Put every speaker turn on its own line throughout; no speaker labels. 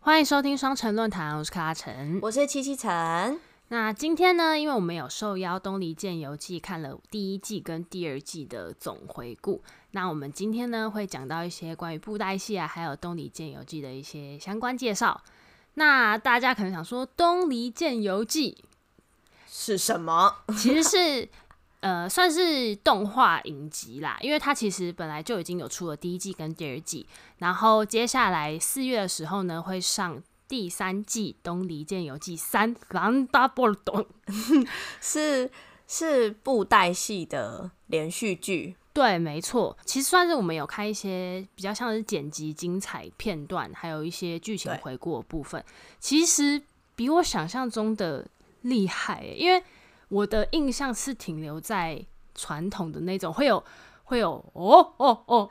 欢迎收听双城论坛，我是阿成。
我是七七陈，
那今天呢，因为我们有受邀《东离剑游记》看了第一季跟第二季的总回顾，那我们今天呢会讲到一些关于布袋戏啊，还有《东离剑游记》的一些相关介绍。那大家可能想说，《东离剑游记
是什么？》
其实是呃算是动画影集啦，因为它其实本来就已经有出了第一季跟第二季，然后接下来四月的时候呢会上。第三季《东离剑游记三》兰达波尔东，
是是布袋戏的连续剧，
对，没错，其实算是我们有看一些比较像是剪辑精彩片段，还有一些剧情
对
回顾的部分，其实比我想象中的厉害耶，因为我的印象是停留在传统的那种，会有会有哦哦哦哦，
哦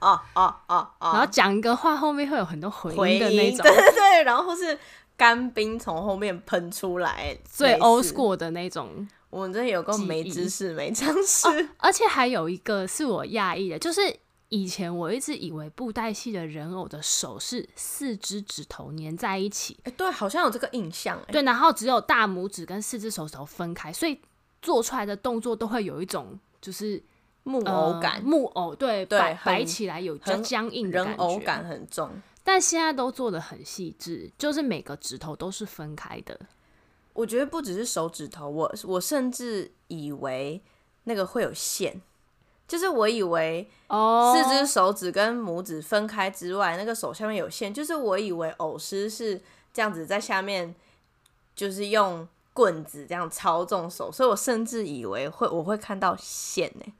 哦哦哦
然
哦
后，讲一个话后面会有很多回
回
音的
音
那种
对，对对，然后或是干冰从后面喷出来，
最
类似
old school 的那种
我们这有个
记忆
没知识没常识，
而且还有一个是我讶异的，就是以前我一直以为布袋戏的人偶的手是四只指头粘在一起，
哎，对，好像有这个印象，哎，
对，然后只有大拇指跟四只手指头分开，所以做出来的动作都会有一种就是
木
呃
偶感，
木偶对
对
摆
很
摆起来有比较
很
僵硬的
人嗯偶
觉
感很重。
但现在都做的很细致，就是每个指头都是分开的，
我觉得不只是手指头，我我甚至以为那个会有线，就是我以为
哦
四只手指跟拇指分开之外，那个手下面有线，就是我以为偶师是这样子在下面，就是用棍子这样操纵手，所以我甚至以为会我会看到线欸呢、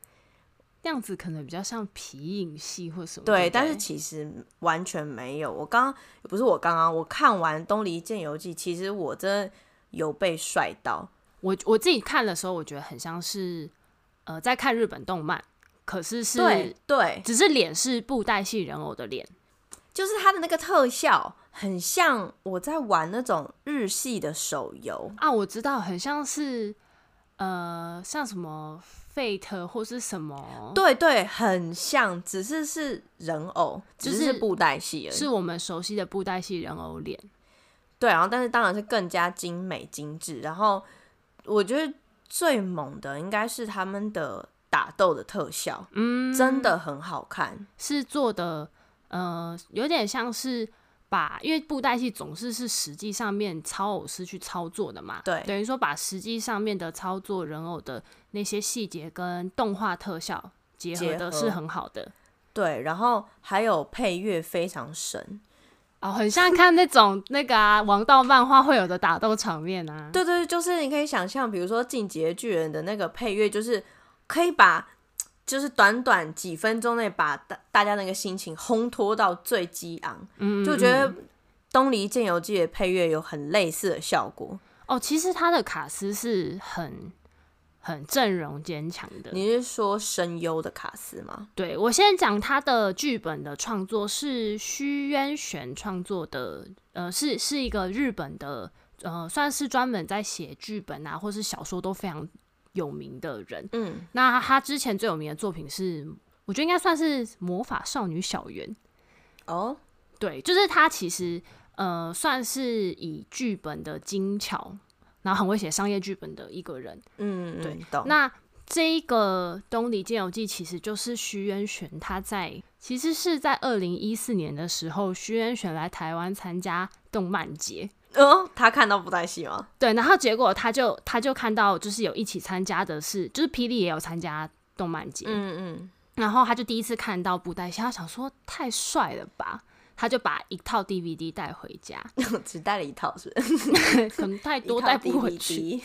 这样子可能比较像皮影戏或什么，
对，
对不对，
但是其实完全没有。我刚不是我刚刚我看完《东离剑游记》，其实我真的有被帅到，
我我自己看的时候，我觉得很像是呃在看日本动漫，可是是
对对，
只是脸是布袋戏人偶的脸，
就是它的那个特效很像我在玩那种日系的手游。
啊，我知道，很像是呃，像什么 Fate 或是什么，
对对，很像，只是是人偶，只
就是
是布袋戏而已。
是我们熟悉的布袋戏人偶脸。
对，然后但是当然是更加精美精致。然后我觉得最猛的应该是他们的打斗的特效，
嗯，
真的很好看。
是做的呃，有点像是把，因为布袋戏总是是实际上面操偶师去操作的嘛，
对
等于说把实际上面的操作人偶的那些细节跟动画特效结合
结
的
合
是很好的。
对，然后还有配乐非常神。
哦，很像看那种那个啊，王道漫画会有的打斗场面啊。
对对，对就是你可以想象，比如说《进击的巨人》的那个配乐，就是可以把就是短短几分钟内把大大家那个心情烘托到最激昂。
嗯，嗯，
就我觉得
嗯
《东离剑游记》的配乐有很类似的效果。
哦，其实他的卡斯是很很阵容坚强的。
你是说声优的卡斯吗？
对我先讲他的剧本的创作是虚渊玄创作的，呃，是是一个日本的，呃，算是专门在写剧本啊或是小说都非常有名的人。
嗯，
那他之前最有名的作品是，我觉得应该算是《魔法少女小圆》。
哦，
对，就是他其实呃算是以剧本的精巧，然后很会写商业剧本的一个人。
嗯，
对
嗯，懂。
那这一个《东离剑游记》其实就是徐渊玄他在其实是在二零一四年的时候，徐渊玄来台湾参加动漫节。
哦，他看到布袋戏吗？
对，然后结果他就他就看到，就是有一起参加的是，就是霹雳也有参加动漫节，
嗯嗯，
然后他就第一次看到布袋戏，他想说太帅了吧，他就把一套 DVD 带回家，
嗯 只带了一套是不是？
可能太 多
一套
带不回去。
DVD。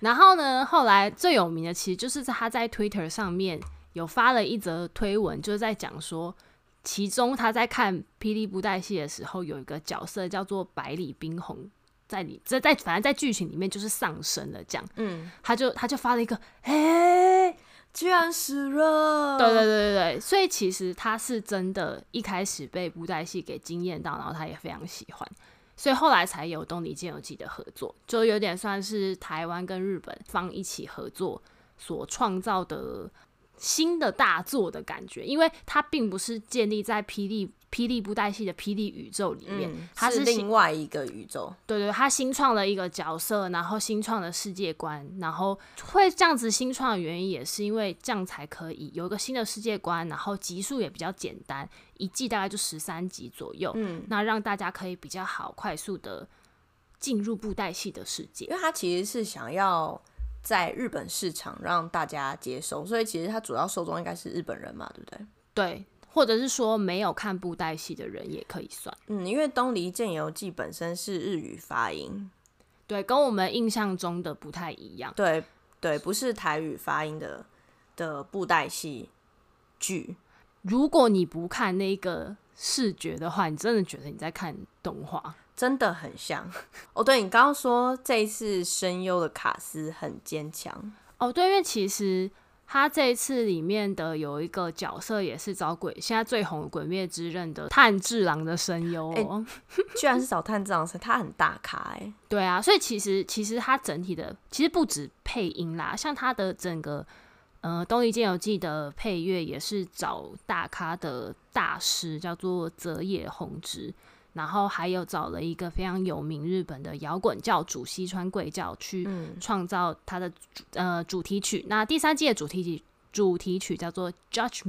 然后呢，后来最有名的其实就是他在 Twitter 上面有发了一则推文，就是在讲说，其中他在看《霹雳布袋戏》的时候，有一个角色叫做百里冰红，在里在在反正在剧情里面就是上升了，这样
嗯，
他就他就发了一个，哎、
居然是了。
对对对对对，所以其实他是真的一开始被布袋戏给惊艳到，然后他也非常喜欢。所以后来才有东尼剑游记的合作，就有点算是台湾跟日本方一起合作所创造的新的大作的感觉，因为它并不是建立在霹雳霹雳布袋戏的霹雳宇宙里面，
嗯，
它
是
是新
另外一个宇宙，
对对，他新创了一个角色，然后新创的世界观，然后会这样子新创的原因也是因为这样才可以有一个新的世界观，然后集数也比较简单，一季大概就十三集左右，
嗯，
那让大家可以比较好快速的进入布袋戏的世界。
因为它其实是想要在日本市场让大家接收，所以其实它主要受众应该是日本人嘛，对不对？
对，或者是说没有看布袋戏的人也可以算。
嗯，因为《东离剑游记》本身是日语发音，
对，跟我们印象中的不太一样。
对对，不是台语发音的的布袋戏剧，
如果你不看那个视觉的话，你真的觉得你在看动画。
真的很像。 哦，对你刚刚说这一次声优的卡斯很坚强，
哦，对，因为其实他这一次里面的有一个角色也是找鬼，现在最红《的《鬼灭之刃》的炭治郎的声优哦。
居然是找炭治郎声，他很大咖哎、
对啊，所以其实其实他整体的其实不止配音啦，像他的整个呃《东离剑游记》的配乐也是找大咖的大师，叫做泽野弘之。然后还有找了一个非常有名日本的摇滚教主西川贵教去
嗯，
创造它的主呃主题曲。那第三季的主题曲主题曲叫做《Judgment》，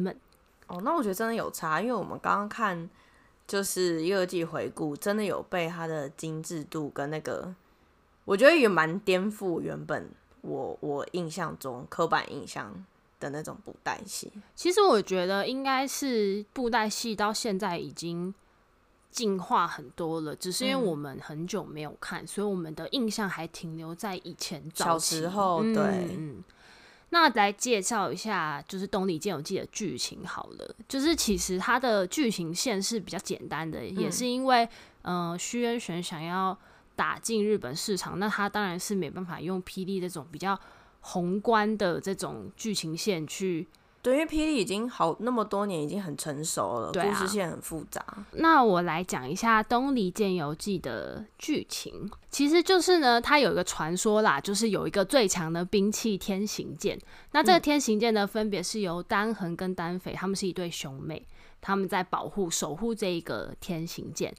哦，那我觉得真的有差，因为我们刚刚看就是第二季回顾，真的有被它的精致度跟那个，我觉得也蛮颠覆原本我我印象中刻板印象的那种布袋戏。
其实我觉得应该是布袋戏到现在已经进化很多了，只是因为
嗯
我们很久没有看，所以我们的印象还停留在以前早
小
期
时候
嗯
对
嗯那来介绍一下，就是《东里剑游记》的剧情好了。就是其实它的剧情线是比较简单的，也
嗯
是因为呃，虚渊玄想要打进日本市场，那他当然是没办法用霹雳这种比较宏观的这种剧情线去
对，因为霹雳已经好那么多年，已经很成熟了，
对啊
故事线很复杂。
那我来讲一下《东离剑游记》的剧情，其实就是呢，它有一个传说啦，就是有一个最强的兵器天行剑。那这个天行剑呢，分别是由丹恒跟丹斐，他们是一对兄妹，他们在保护、守护这一个天行剑。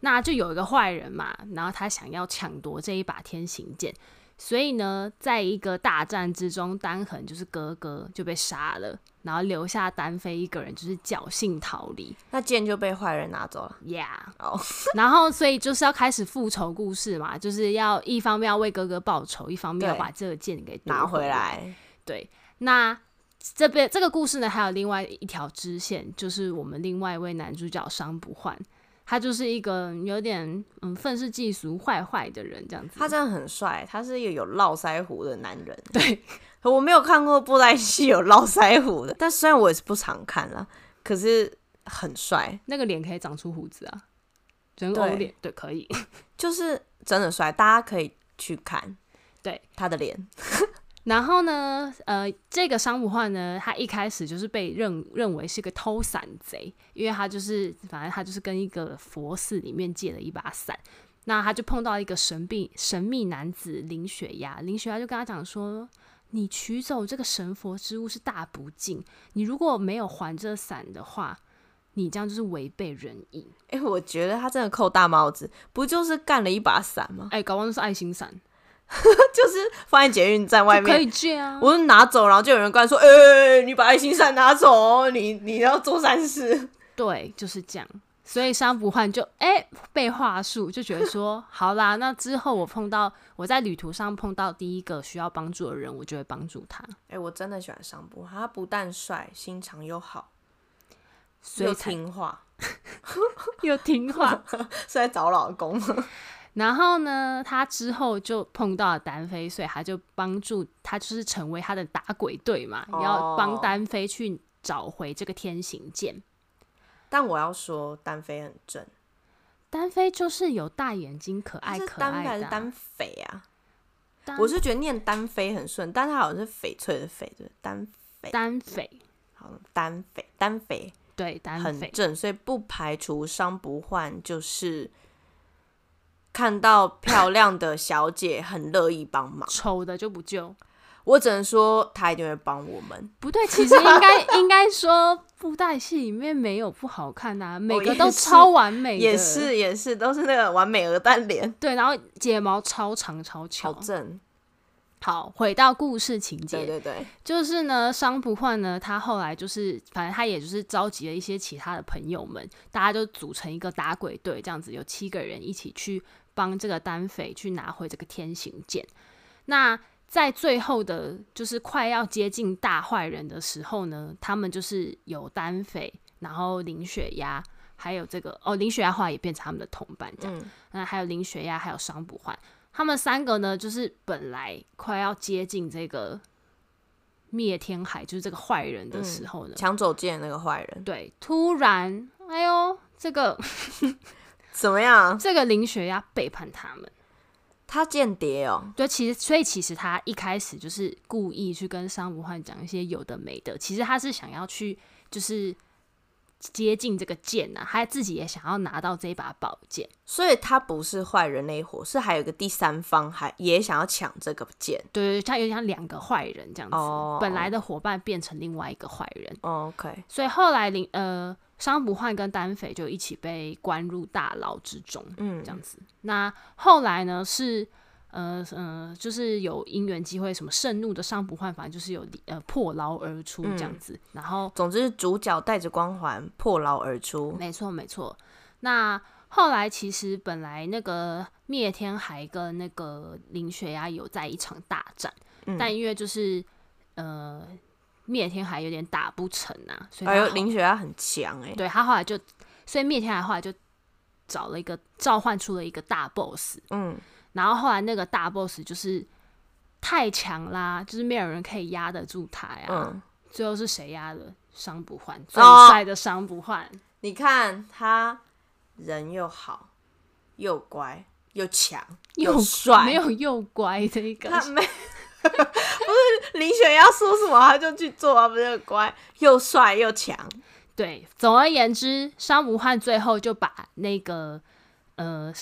那就有一个坏人嘛，然后他想要抢夺这一把天行剑，所以呢，在一个大战之中，丹恒就是哥哥就被杀了，然后留下丹飞一个人，就是侥幸逃离。
那剑就被坏人拿走了。
Yeah，
哦，
然后所以就是要开始复仇故事嘛，就是要一方面要为哥哥报仇，一方面要
对
把这个剑给夺
拿
回
回。来，
对，那这边这个故事呢，还有另外一条支线，就是我们另外一位男主角商不换，他就是一个有点嗯愤世嫉俗、坏坏的人这样子。
他真的很帅，他是一个有络腮胡的男人。
对，
可我没有看过布袋戏有络腮胡的，但虽然我也是不常看啦，可是很帅，
那个脸可以长出胡子啊，人偶
对
脸，对，可以。
就是真的帅，大家可以去看。
对
他的脸，
然后呢，呃，这个商捕焕呢，他一开始就是被认认为是个偷伞贼，因为他就是反正他就是跟一个佛寺里面借了一把伞，那他就碰到一个神秘神秘男子林雪崖，林雪崖就跟他讲说。你取走这个神佛之物是大不敬，你如果没有还这伞的话，你这样就是违背仁义。
哎、我觉得他真的扣大帽子，不就是干了一把伞吗？
哎、搞忘是爱心伞，
就是放在捷运站外
可
面，
以借啊。
我就拿走，然后就有人过来说：“哎、你把爱心伞拿走哦，你你要做善 事。
对，就是这样。所以商不换就哎、被话术，就觉得 说好啦，那之后我碰到我在旅途上碰到第一个需要帮助的人，我就会帮助他。”
哎、我真的喜欢商波，他不但帅，心肠又好，
所以
又
才
听话，
又听话，
是在找老公吗。
然后呢，他之后就碰到了单飞，所以他就帮助他，就是成为他的打鬼队嘛，
哦
要帮单飞去找回这个天行剑。
但我要说，单飞很正，
单飞就是有大眼睛、可爱
是
可
单飞还
爱
是
的啊、
单肥啊？
单
我是觉得念单飞很顺，但它好像是翡翠的翡，对，单飞，
单飞，
好像单飞，单飞
对单
很
飞，
正，所以不排除伤不换就是看到漂亮的小姐很乐意帮忙。
丑的就不救。
我只能说他一定会帮我们。
不对，其实应该应该说布袋戏里面没有不好看呐、每个都
哦也是
超完美的，
也是也是，都是那个完美鹅蛋脸，
对，然后睫毛超长超
好
翘。
正。
好，回到故事情节，
对对对，
就是呢，商不换呢，他后来就是，反正他也就是召集了一些其他的朋友们，大家就组成一个打鬼队，这样子有七个人一起去帮这个单匪去拿回这个天行剑。那在最后的，就是快要接近大坏人的时候呢，他们就是有单匪，然后林雪鸭，还有这个哦，林雪鸭后来也变成他们的同伴，这样。
嗯，
那还有林雪亚，还有商不换，他们三个呢，就是本来快要接近这个灭天海，就是这个坏人的时候呢，
抢走剑的那个坏人
对，突然，哎呦，这个
怎么样？
这个林雪亚背叛他们，
他间谍哦，
对，其实所以其实他一开始就是故意去跟商不换讲一些有的没的，其实他是想要去就是接近这个剑呐、啊，他自己也想要拿到这一把宝剑。
所以他不是坏人那一伙，是还有一个第三方还也想要抢这个剑。
对，他有点像两个坏人这样子
哦
本来的伙伴变成另外一个坏人，
OK，
所以后来林呃商不换跟丹匪就一起被关入大牢之中，
嗯
这，样子。那后来呢是呃呃，就是有因缘机会，什么盛怒的商不换，反正就是有呃破牢而出这
嗯
样子，然后
总之主角带着光环破牢而出。
没错，没错。那后来其实本来那个灭天海跟那个林雪呀有在一场大战，
嗯
但因为就是呃灭天海有点打不成啊，所以
哎
他
呦，
后
林雪她很强哎、
对他后来就，所以灭天海后来就找了一个召唤出了一个大 boss，
嗯，
然后后来那个大 boss 就是太强啦，就是没有人可以压得住他呀。
嗯
最后是谁压的？商不换，最
哦
帅的商不换。
你看他人又好，又乖，又强，
又
帅，
没有又乖这一个，
他没。 不是林雪要说什么他就去做啊，不是很乖，又帅又强，
对，总而言之，商无汉最后就把那个呃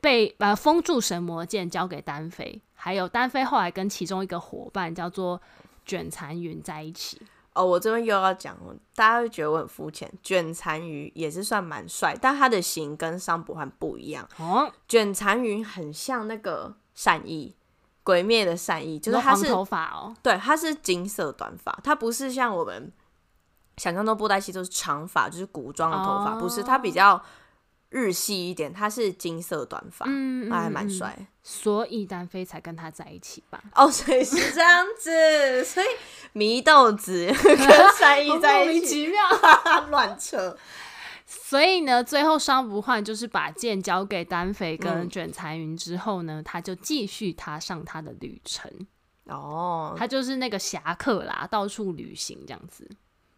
被把封住神魔剑交给丹飞，还有丹飞后来跟其中一个伙伴叫做卷残云在一起。
哦，我这边又要讲，大家会觉得我很肤浅。卷残余也是算蛮帅，但他的型跟商不汉不一样。
哦，
卷残余很像那个善意，鬼灭的善意，就是
你说
他
黄
是
头发哦，
对，他是金色短发，他不是像我们想象中布袋戏都是长发，就是古装的头发，不是，
哦
他比较日系一点，他是金色短发，
嗯，嗯
哎他还蛮。
嗯
帅。
所以丹飞才跟他在一起吧？
哦，所以是这样子，所以祢豆子 跟 三一在一起，
妙。
乱扯。
所以呢，最后商不换就是把剑交给丹飞跟
嗯
卷残云之后呢，他就继续踏上他的旅程。
嗯哦，
他就是那个侠客啦，到处旅行这样子。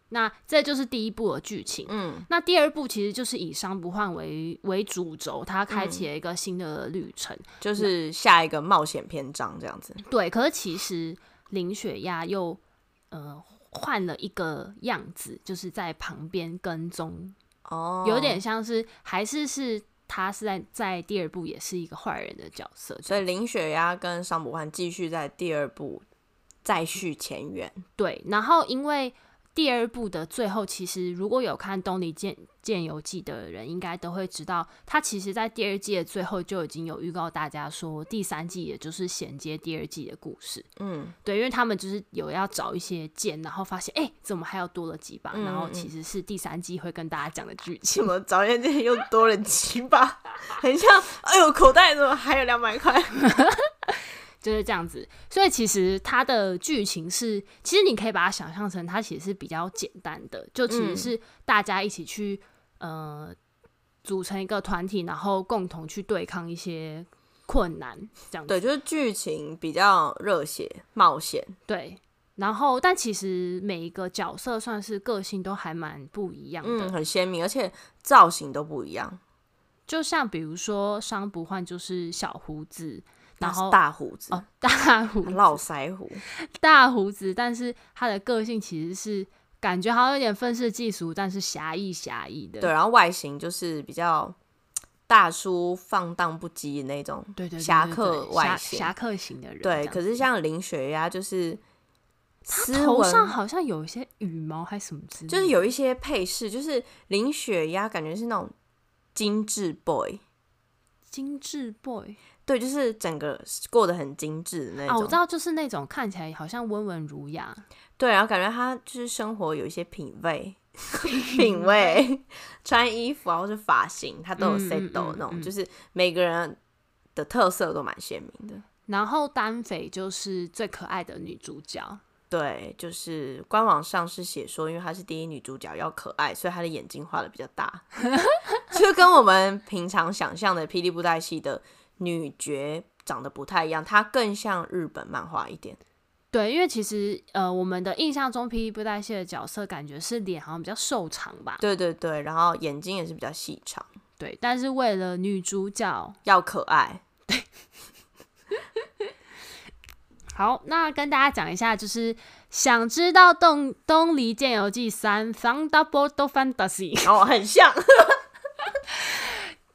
那这就是第一部的剧情。
嗯，
那第二部其实就是以商不换为为主轴，他
嗯
开启了一个新的旅程。
就是下一个冒险篇章这样子。
对，可是其实林雪亚又呃换了一个样子，就是在旁边跟踪，
哦，
有点像是还是是他是在在第二部也是一个坏人的角色，
所以林雪呀跟商不汉继续在第二部再续前缘。
对，然后因为第二部的最后，其实如果有看《东离剑剑游记》的人，应该都会知道，它其实在第二季的最后就已经有预告大家说，第三季也就是衔接第二季的故事。
嗯，
对，因为他们就是有要找一些剑，然后发现哎、诶怎么还有多了几把？然后其实是第三季会跟大家讲的剧
怎
情。
么早点这又多了几 把？很像，哎呦，口袋怎么还有两百 块？
就是这样子。所以其实它的剧情是，其实你可以把它想象成它其实是比较简单的，就其实
嗯
是大家一起去、呃组成一个团体，然后共同去对抗一些困难这样子。
对，就是剧情比较热血冒险。
对然后，但其实每一个角色算是个性都还蛮不一样的，
嗯，很鲜明，而且造型都不一样。
就像比如说商不换就是小胡子，然
他
后
是大胡子，
哦大胡
他络腮胡，
大胡子，但是他的个性其实是感觉好像有点愤世嫉俗，但是侠义侠义的。
对，然后外形就是比较大叔放荡不羁的那种。
对对对
侠
对
客
对
外
侠
显
侠客型的人这样
对，
子。
可是像林雪呀，就是斯
头
文
上好像有一些羽毛还是什么之类的，
就是有一些配饰，就是林雪呀，感觉是那种精致 boy，
精致 boy
对，就是整个过得很精致的那
啊，
种。
我知道，就是那种看起来好像温文儒雅，
对，然后感觉他就是生活有一些品 味，品味，穿衣服啊或是发型，他都有
嗯
set
嗯
d
嗯
那种，
嗯
就是每个人的特色都蛮鲜明的。
然后单匪就是最可爱的女主角，
对，就是官网上是写说，因为她是第一女主角要可爱，所以她的眼睛画的比较 大，就跟我们平常想象的霹雳布袋戏的女角长得不太一样，她更像日本漫画一点。
对，因为其实呃，我们的印象中霹雳布袋戏的角色感觉是脸好像比较瘦长吧，
对对对，然后眼睛也是比较细长，
对，但是为了女主角，
要可爱。
好，那跟大家讲一下，就是想知道东《东离剑游记三》《Thunderbolt Fantasy》
然后很像，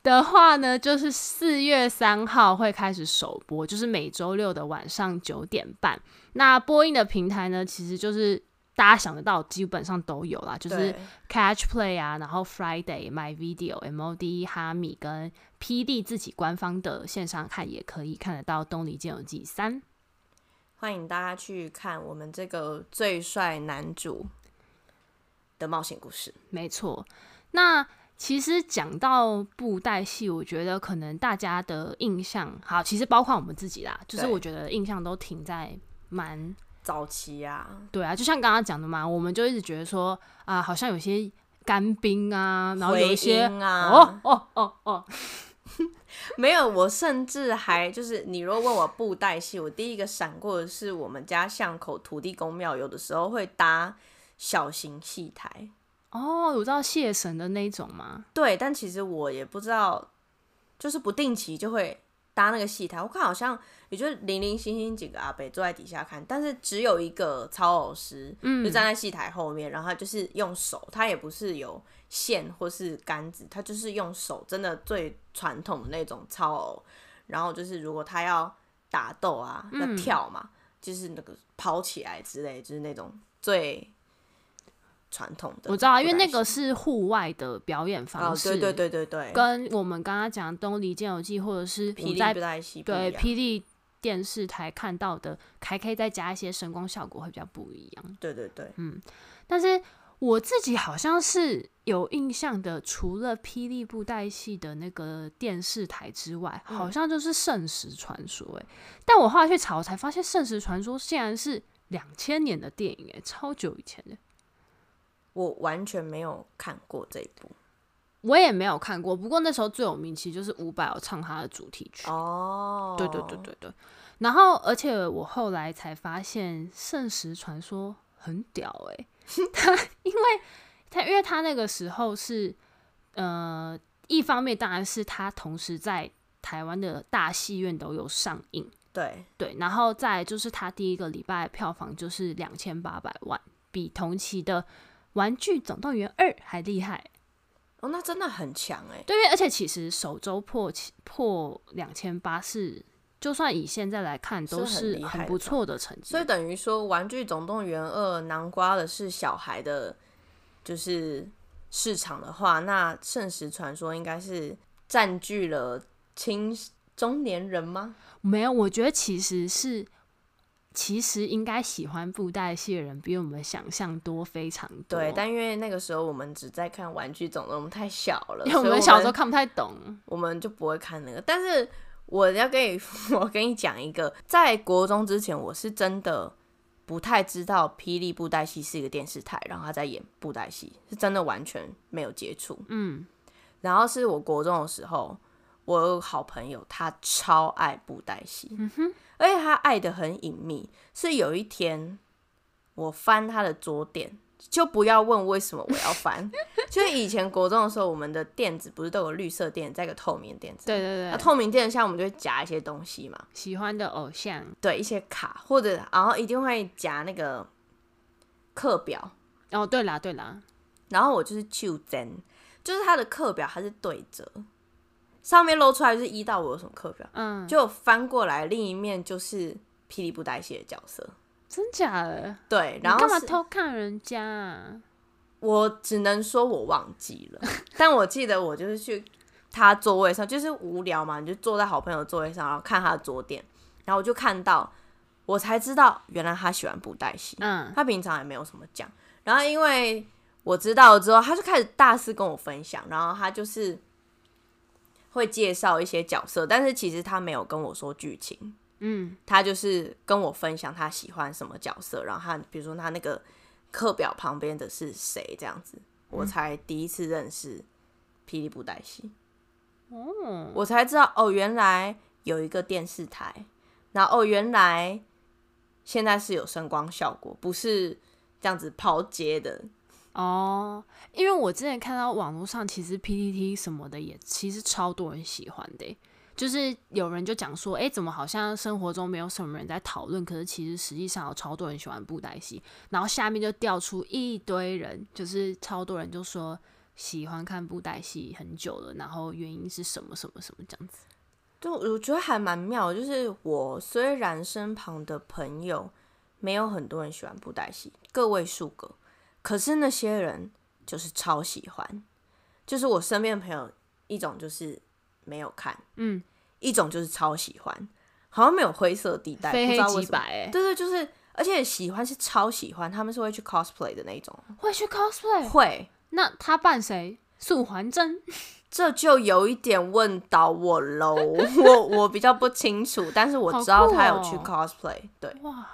的话呢，就是四月三号会开始首播，就是每周六的晚上九点半。那播映的平台呢，其实就是大家想得到，基本上都有啦，就是
对
Catch Play 啊，然后 Friday、My Video、MOD、哈米跟 PD 自己官方的线上看也可以看得到《东离剑游记三》。
欢迎大家去看我们这个最帅男主的冒险故事。
没错，那其实讲到布袋戏，我觉得可能大家的印象，好，其实包括我们自己啦，就是
对
我觉得印象都停在蛮
早期啊，
对啊，就像刚刚讲的嘛，我们就一直觉得说啊、好像有些干冰啊，然后有一些
回音啊，
哦哦哦哦，
没有，我甚至还就是，你如果问我布袋戏，我第一个闪过的是我们家巷口土地公庙，有的时候会搭小型戏台。
哦，我知道谢神的那一种嘛，
对，但其实我也不知道，就是不定期就会搭那个戏台。我看好像也就零零星星几个阿伯坐在底下看，但是只有一个操偶师，
嗯
就站在戏台后面，然后他就是用手，他也不是有线或是杆子，他就是用手，真的最传统的那种操偶。然后就是如果他要打斗啊，
嗯
要跳嘛，就是那个跑起来之类，就是那种最传统的。
我知道啊，因为
布袋
那个
戏
是户外的表演方
哦，
式，
对对对对对，
跟我们刚刚讲《东离剑游记》或者是
霹
我
雳
在
不在戏，啊
对
霹
霹雳电视台看到的，还可以再加一些声光效果，会比较不一样。
对对对，
嗯但是我自己好像是有印象的，除了霹雳布袋戏的那个电视台之外，
嗯
好像就是《圣石传说》哎。但我后来去查，我才发现《圣石传说》竟然是两千年的电影哎，超久以前的。
我完全没有看过这一部
我也没有看过，不过那时候最有名其实就是伍佰有唱他的主题曲。
哦
对对对，对对。然后，而且我后来才发现，《圣石传说》很屌哎、他因为他因为他那个时候是呃，一方面当然是他同时在台湾的大戏院都有上映，
对
对，然后再来就是他第一个礼拜票房就是两千八百万，比同期的《玩具总动员二》还厉害。
哦，那真的很强哎，
对，因为而且其实首周破七破两千八是，就算以现在来看都
是很
是
厉害
很
的
不错的成绩。
所以等于说，《玩具总动员二》南瓜的是小孩的，就是市场的话，那《圣石传说》应该是占据了青中年人吗？
没有，我觉得其实是，其实应该喜欢布袋戏的人比我们想象多非常多。
对，但因为那个时候我们只在看《玩具总动员》，我们太小了，
因为
所
我
以
们小时候看不太 懂。
我们就不会看那个。但是我要跟你， 我跟你讲一个，在国中之前，我是真的不太知道《霹雳布袋戏》是一个电视台，然后他在演布袋戏，是真的完全没有接触。
嗯，
然后是我国中的时候，我有好朋友，他超爱布袋戏，而且他爱的很隐秘。是有一天，我翻他的桌垫，就不要问为什么我要翻。就是以前国中的时候，我们的垫子不是都有绿色垫，再一个透明垫子。
对对
那
对，
透明垫下我们就会夹一些东西嘛，
喜欢的偶像
对，一些卡或者然后一定会夹那个课表，
哦，对啦对啦，
然后我就是就真，就是它的课表它是对折，上面露出来就是一到五有什么课表，
嗯，
就翻过来另一面就是霹雳布袋戏的角色。
真假的？
对，
你
然后
干嘛
是
偷看人家、啊？
我只能说我忘记了，但我记得我就是去他座位上，就是无聊嘛，你就坐在好朋友座位上，然后看他的桌垫，然后我就看到，我才知道原来他喜欢布袋戏，
嗯，
他平常也没有什么讲。然后因为我知道了之后，他就开始大肆跟我分享，然后他就是会介绍一些角色，但是其实他没有跟我说剧情，
嗯，
他就是跟我分享他喜欢什么角色，然后他比如说他那个课表旁边的是谁这样子，我才第一次认识霹雳布袋戏，
哦，
我才知道哦，原来有一个电视台，然后哦，原来现在是有声光效果，不是这样子抛接的，
哦，因为我之前看到网络上其实 PPT 什么的也其实超多人喜欢的欸、就是有人就讲说，哎、怎么好像生活中没有什么人在讨论，可是其实实际上有超多人喜欢布袋戏，然后下面就调出一堆人，就是超多人就说喜欢看布袋戏很久了，然后原因是什么什么什么这样子，
就我觉得还蛮妙的，就是我虽然身旁的朋友没有很多人喜欢布袋戏，个位数个，可是那些人就是超喜欢。就是我身边的朋友，一种就是没有看，
嗯，
一种就是超喜欢，好像没有灰色地带，
非
不
黑
知道为
即
什么。
白、欸，
对对，就是，而且喜欢是超喜欢，他们是会去 cosplay 的那一种，
会去 cosplay，
会。
那他扮谁？素还真，
这就有一点问倒我喽， 我我比较不清楚，但是我
好
知道
酷
他有去
哦
cosplay，对，
哇，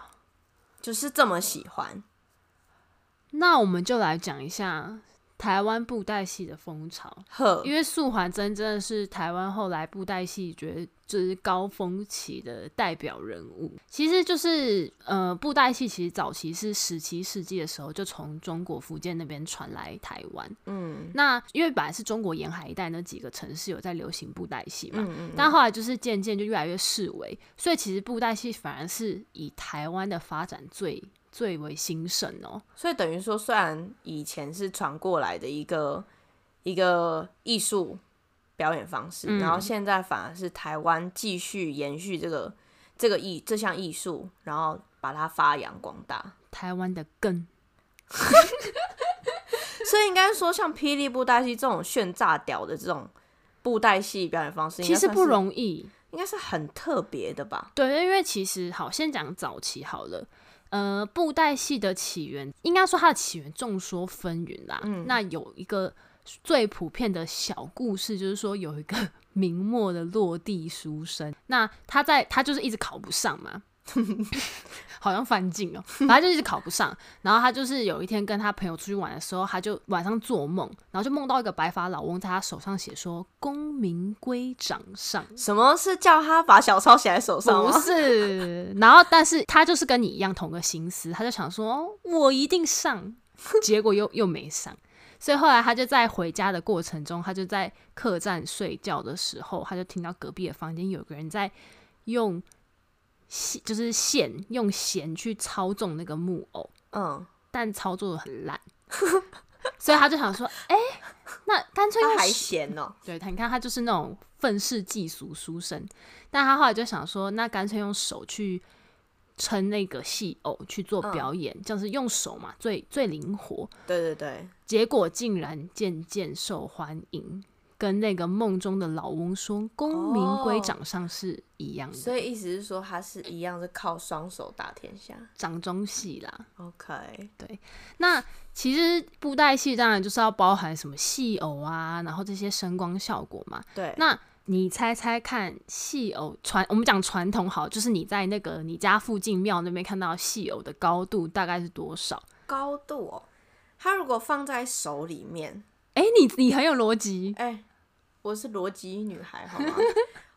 就是这么喜欢。
那我们就来讲一下台湾布袋戏的风潮，
呵，
因为素还真真的是台湾后来布袋戏觉得就是高峰期的代表人物。其实就是呃，布袋戏其实早期是十七世纪的时候就从中国福建那边传来台湾。
嗯
那因为本来是中国沿海一带那几个城市有在流行布袋戏嘛，
嗯嗯，
但后来就是渐渐就越来越式微，所以其实布袋戏反而是以台湾的发展最最为兴盛哦、
所以等于说，虽然以前是传过来的一个一个艺术表演方式，
嗯
然后现在反而是台湾继续延续这个这个艺这项艺术，然后把它发扬光大。
台湾的根。
所以应该说，像霹雳布袋戏这种炫炸屌的这种布袋戏表演方式，应
其
该
实
算
不
是，
容易。
应该是很特别的吧？
对，因为其实好，先讲早期好了。呃，布袋戏的起源，应该说它的起源众说纷纭啦。
嗯
那有一个最普遍的小故事，就是说有一个 明末的落地书生，那他在他就是一直考不上嘛。好像犯禁哦，反正就一直考不上。然后他就是有一天跟他朋友出去玩的时候，他就晚上做梦，然后就梦到一个白发老翁在他手上写说“功名归掌上”，
什么是叫他把小抄写在手上吗
不？是， 然后但是他就是跟你一样同个心思，他就想说哦我一定上，结果又又没上，所以后来他就在回家的过程中，他就在客栈睡觉的时候，他就听到隔壁的房间有个人在用线，就是线用弦去操纵那个木偶，
嗯，
但操作的很烂，所以他就想说，哎、那干脆
他
用
还
手
闲哦、
对他，你看他就是那种愤世嫉俗书生，但他后来就想说，那干脆用手去撑那个戏偶去做
嗯
表演，就是用手嘛，最最灵活。
对对对，
结果竟然渐渐受欢迎，跟那个梦中的老翁说“功名归
哦
掌上”是一样的，
所以意思是说，他是一样是靠双手打天下。
掌中戏啦。
OK，
那其实布袋戏当然就是要包含什么戏偶啊，然后这些声光效果嘛。
对，
那你猜猜看，戏偶传我们讲传统好，就是你在那个你家附近庙那边看到戏偶的高度大概是多少？
高度哦，他如果放在手里面，
哎、你你很有逻辑，
哎、我是逻辑女孩 好吗？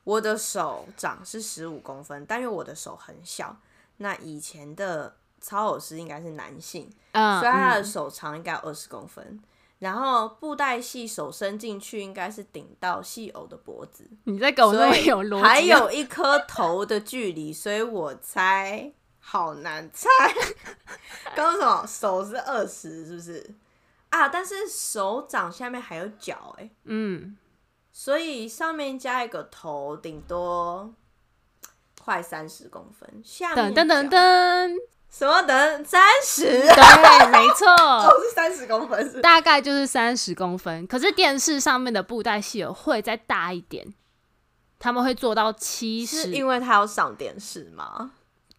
我的手掌是十五公分，但因为我的手很小，那以前的操偶师应该是啊男性，
嗯，
所以他的
嗯
手长应该有二十公分。然后布袋戏手伸进去应该是顶到戏偶的脖子，
你在给我哦那
所
么
以
有逻辑，啊
还有一颗头的距离，所以我猜好 难猜。刚刚什么手是二十，是不是？啊，但是手掌下面还有脚、欸，哎，
嗯，
所以上面加一个头，顶多快三十公分。下
噔
面
噔噔
脚
噔，
什么等三十？
对，没错，
哦，是三十公分是？
大概就是三十公分。可是电视上面的布袋戏偶会再大一点，他们会做到七
是
十。
因为他要上电视吗？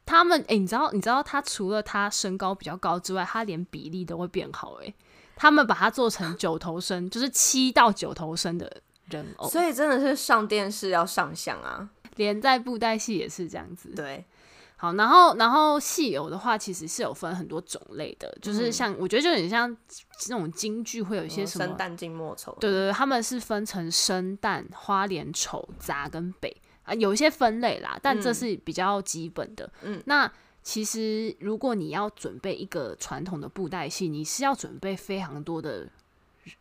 他们哎、诶你知道你知道他除了他身高比较高之外，他连比例都会变好哎、诶他们把它做成九头身，就是七到九头身的人偶，
所以真的是上电视要上相啊。
连在布袋戏也是这样子。
对，
好，然后然后戏偶的话，其实是有分很多种类的，就是
嗯
像、我觉得就很像那种京剧会有一些
嗯
什么
生旦净末丑。
对对对，他们是分成生旦、花脸、丑、杂跟北啊，有一些分类啦，但这
嗯
是比较基本的。
嗯，
那其实如果你要准备一个传统的布袋戏，你是要准备非常多的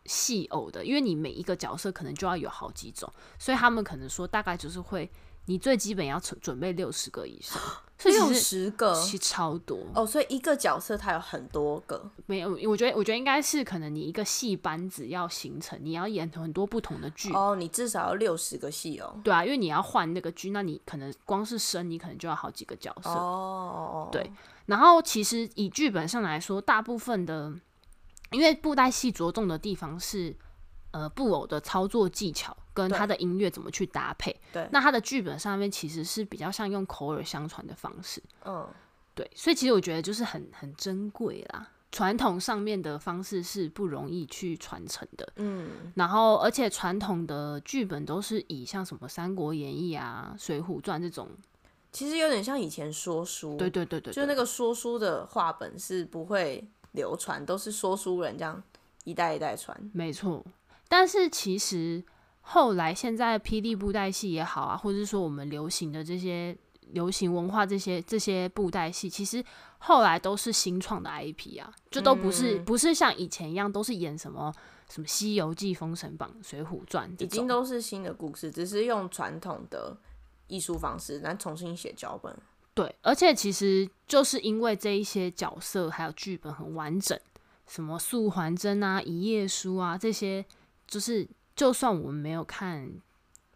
戏偶的，因为你每一个角色可能就要有好几种，所以他们可能说大概就是会，你最基本要准准备六十个以上， 所以
六
其实
十个
其实超多
哦，所以一个角色它有很多个。
没有，我觉得我觉得应该是可能你一个戏班子要形成，你要演很多不同的剧
哦，你至少要六十个戏哦。
对啊，因为你要换那个剧，那你可能光是生，你可能就要好几个角色。
哦，
对，然后其实以剧本上来说，大部分的，因为布袋戏着重的地方是，呃，布偶的操作技巧跟
对
它的音乐怎么去搭配。
对
那它的剧本上面其实是比较像用口耳相传的方式。
嗯，
对，所以其实我觉得就是很很珍贵啦。传统上面的方式是不容易去传承的，
嗯，
然后，而且传统的剧本都是以像什么《三国演义》啊、《水浒传》这种，
其实有点像以前说书，
对对对对，
就那
个
个说书的话本是不会流传，都是说书人这样一代一代传。
没错。但是其实后来现在霹雳布袋戏也好啊，或者是说我们流行的这些流行文化这些这些布袋戏，其实后来都是新创的 IP 啊，就都不是、
嗯
不是像以前一样都是演什么什么《西游记》《封神榜》《水浒传》这
已
种。
经都是新的故事，只是用传统的艺术方式，然后重新写脚本。
对，而且其实就是因为这一些角色还有剧本很完整，什么素还真啊、一页书啊这些，就是就算我们没有看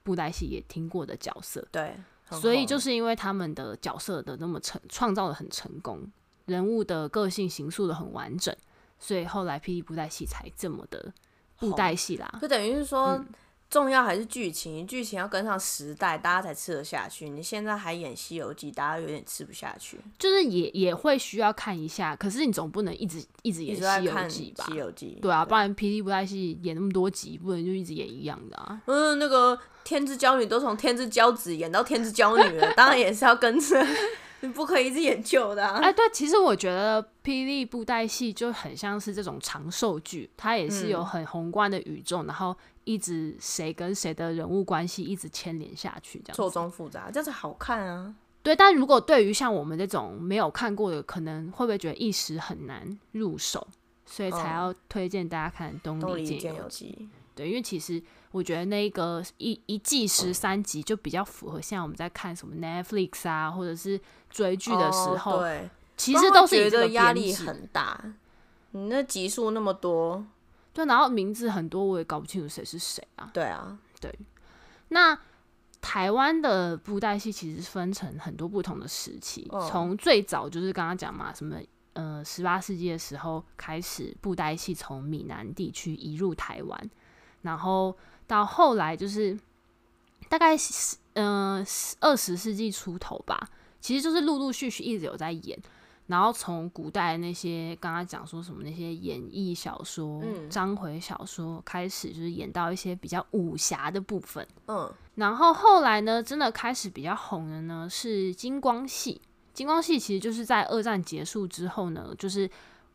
布袋戏也听过的角色，
对，很啊
所以
红
就是因为他们的角色的那么成创造的很成功，人物的个性形塑的很完整，所以后来霹雳布袋戏才这么的布
红
袋戏啦。
就等于是说，
嗯
重要还是剧情，剧情要跟上时代，大家才吃得下去。你现在还演《西游记》，大家有点吃不下去。
就是也也会需要看一下，可是你总不能一直一直
一
演
直在
《西游
看《
记》吧？
西游记》，
对啊，不然《霹雳布袋戏》演那么多集，不能就一直演一样的啊。
嗯，那个天之骄女都从天之骄子演到天之骄女了，当然也是要跟着， 你不可以一直演旧 的、啊。
哎、对，其实我觉得《霹雳布袋戏》就很像是这种长寿剧，它也是有
嗯
很宏观的宇宙，然后一直谁跟谁的人物关系一直牵连下去，这
错
样子。
综复杂，这样子好看啊！
对，但如果对于像我们这种没有看过的，可能会不会觉得一时很难入手，所以才
哦
要推荐大家看《
东
东
篱
篱
剑
剑
游
游
记
对，因为其实我觉得那个一一季十三集就比较符合现在我们在看什么 Netflix 啊，或者是追》剧的时候，
哦对，
其实都是
觉
以这
得
个
压
编
力
制
很大。你那集数那么多，
对，然后名字很多我也搞不清楚谁是谁啊。
对啊，
那台湾的布袋戏其实分成很多不同的时期，
嗯
从、最早就是刚刚讲嘛，什么呃十八世纪的时候开始，布袋戏从闽南地区移入台湾，然后到后来就是大概是呃二十世纪出头吧，其实就是陆陆续续一直有在演。然后从古代那些刚刚讲说什么那些演义小说、
嗯
章回小说开始，就是演到一些比较武侠的部分。
嗯，
然后后来呢，真的开始比较红的呢是金光戏。金光戏其实就是在二战结束之后呢，就是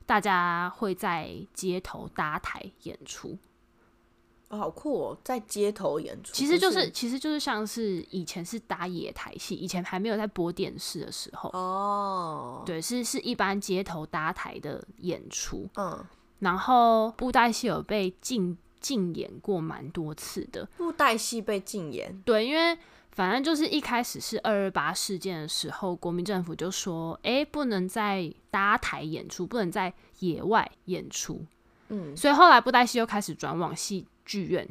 大家会在街头搭台演出，
哦好酷哦，在街头演出，
其实就
不
是其实就是像是以前是搭野台戏，以前还没有在播电视的时候，
哦，
对，是是一般街头搭台的演出。
嗯，
然后布袋戏有被禁禁演过蛮多次的，
布袋戏被禁言，
对，因为反正就是一开始是二二八事件的时候，国民政府就说，哎、不能再搭台演出，不能在野外演出，
嗯，
所以后来布袋戏又开始转往戏剧院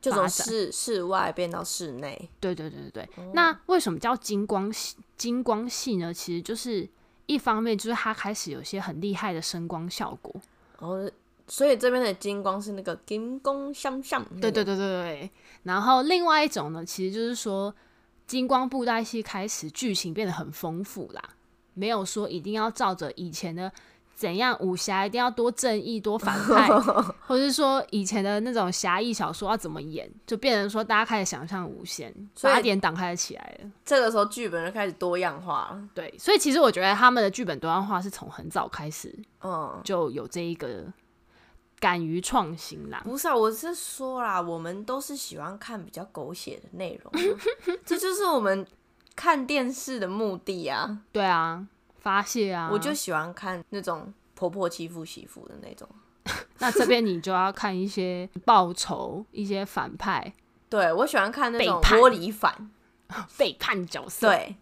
就
发
从
展。
室室外变到室内，
对对对对对。那为什么叫金光系？金光系呢？其实就是一方面就是它开始有些很厉害的声光效果。
然后所以这边的金光是那个金光相向，
对对，对对对。然后另外一种呢，其实就是说金光布袋戏开始剧情变得很丰富啦，没有说一定要照着以前的。怎样武侠一定要多正义多反 派，或是说以前的那种侠义小说要怎么演，就变成说大家开始想象无限，
所以
八点档开始起来了。
这个时候剧本就开始多样化了，
对，所以其实我觉得他们的剧本多样化是从很早开始
嗯。
就有这一个敢于创新啦。
不是啊，我是说啦，我们都是喜欢看比较狗血的内容 啊、这就是我们看电视的目的啊。
对啊，发泄啊，
我就喜欢看那种婆婆欺负媳妇的那种。
那这边你就要看一些报仇、一些反派、
对，我喜欢看那种
背叛
窝里反。
背叛角色。，
对，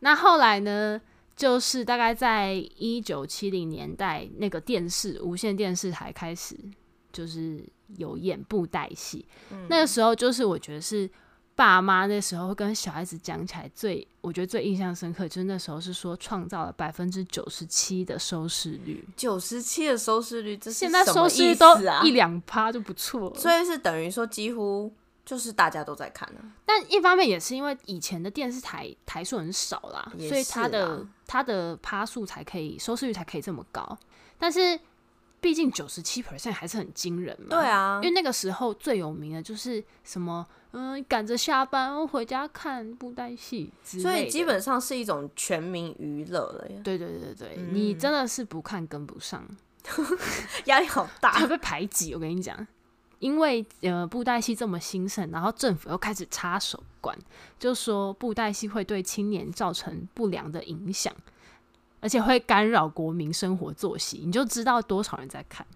那后来呢，就是大概在一九七零年代，那个电视无线电视台开始就是有演布袋戏。
嗯
那个时候就是我觉得是爸妈那时候跟小孩子讲起来最，我觉得最印象深刻，就是那时候是说创造了百分之九十七的收视率，
九十七的收视率，这是
现在
什
收
么
视
意
率都
思啊
一，两趴就不错了。
所以是等于说几乎就是大家都在看啊。
但一方面也是因为以前的电视台台数很少啦，
也
所以
是
它的
啦
它的趴数才可以收视率才可以这么高。但是毕竟九十七 percent 还是很惊人嘛。
对。啊
因，为那个时候最有名的就是什么，嗯，赶着下班回家看布袋戏之类的
所以基本上是一种全民娱乐了耶，
对对对对对，
嗯
你真的是不看跟不上，
压力 好
会
大。
被排挤。我跟你讲，因为呃布袋戏这么兴盛，然后政府又开始插手管，就说布袋戏会对青年造成不良的影响，而且会干扰国民生活作息，你就知道多少人在看，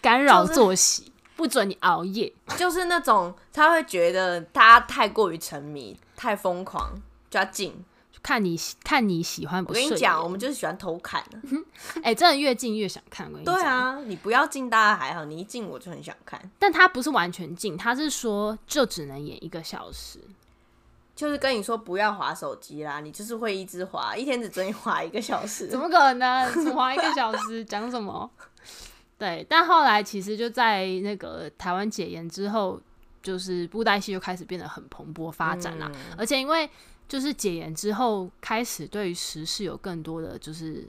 干扰
就是
作息，不准你熬夜。
就是那种他会觉得大家太过于沉迷、太疯狂，就要禁。
看你喜看你喜欢不
我跟
顺眼，
你讲，我们就是喜欢偷看 啊。
哎、真的越近越想看。我跟你讲，
对啊，你不要禁大家还好，你一禁我就很想看，
但他不是完全禁，他是说就只能演一个小时，
就是跟你说不要划手机啦，你就是会一直划，一天只准你划一个小时
怎。么可能？只花一个小时讲什么？对，但后来其实就在那个台湾解严之后，就是布袋戏就开始变得很蓬勃发展啦、而且因为就是解严之后，开始对于时事有更多的就是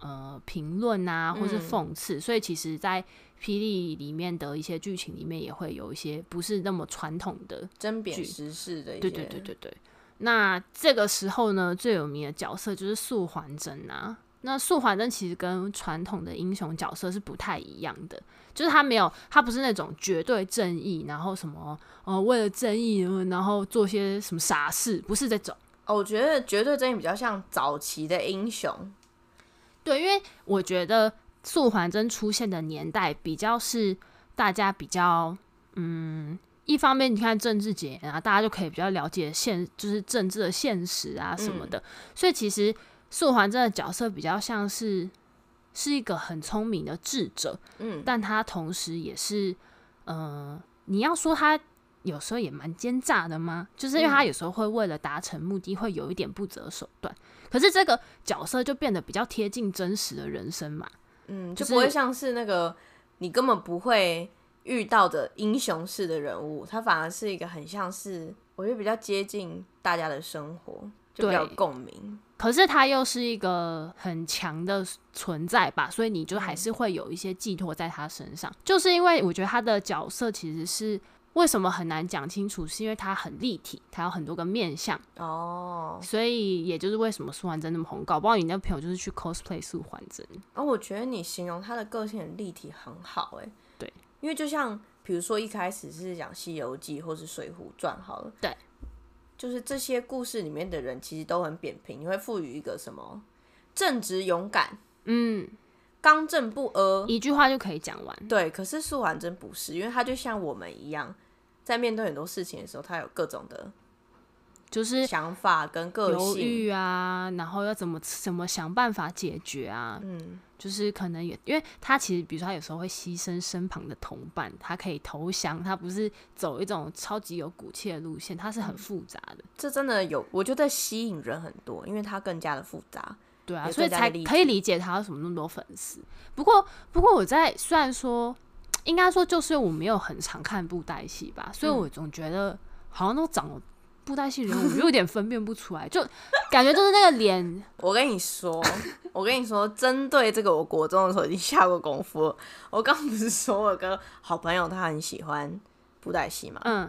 呃评论啊，或是讽刺、所以其实，在霹雳里面的一些剧情里面，也会有一些不是那么传统的
针砭时事的一些，
对对对对对。那这个时候呢，最有名的角色就是素还真啊。那素还真其实跟传统的英雄角色是不太一样的，就是他没有，他不是那种绝对正义，然后什么呃为了正义呃然后做些什么傻事，不是这种。
哦，我觉得绝对正义比较像早期的英雄，
对，因为我觉得素还真出现的年代比较是大家比较嗯，一方面你看政治节啊，大家就可以比较了解现就是政治的现实啊什么的，所以其实素还真的角色比较像是是一个很聪明的智者，
嗯，
但他同时也是呃，你要说他。有时候也蛮奸诈的吗？就是因为他有时候会为了达成目的，会有一点不择手段。可是这个角色就变得比较贴近真实的人生嘛。
嗯，
就
就是不会像是那个你根本不会遇到的英雄式的人物，他反而是一个很像是，我觉得比较接近大家的生活，就比较有
对
共鸣。
可是他又是一个很强的存在吧，所以你就还是会有一些寄托在他身上。就是因为我觉得他的角色其实是为什么很难讲清楚，是因为他很立体，他有很多个面相，
哦，
所以也就是为什么素还真那么红。搞不好你那朋友就是去 cosplay 素还真，
哦，我觉得你形容他的个性很立体，很好哎、
对，
因为就像比如说一开始是讲《西游记》或是《水浒传》好了，
对，
就是这些故事里面的人其实都很扁平，你会赋予一个什么正直、勇敢、
嗯，
刚正不阿。
一句话就可以讲完。
对，可是素还真不是，因为他就像我们一样，在面对很多事情的时候，他有各种的
就是
想法跟个
犹
性，
豫啊，然后要怎么怎么想办法解决啊，
嗯，
就是可能也因为他其实，比如说他有时候会牺牲身旁的同伴，他可以投降，他不是走一种超级有骨气的路线，他是
嗯
很复杂的，
这真的有，我觉得吸引人很多，因为它更加的复杂。
对啊，
有
所以
更加
才
的理
可以理解他为什么那么多粉丝。不过，不过我在虽然说，应该说就是我没有很常看布袋戏吧，所
嗯
以我总觉得好像都长得布袋戏人，我有点分辨不出来，就感觉就是那个脸
我跟你说，我跟你说，针对这个，我国中的时候已经下过功夫了。我刚不是说我有个好朋友他很喜欢布袋戏嘛，
嗯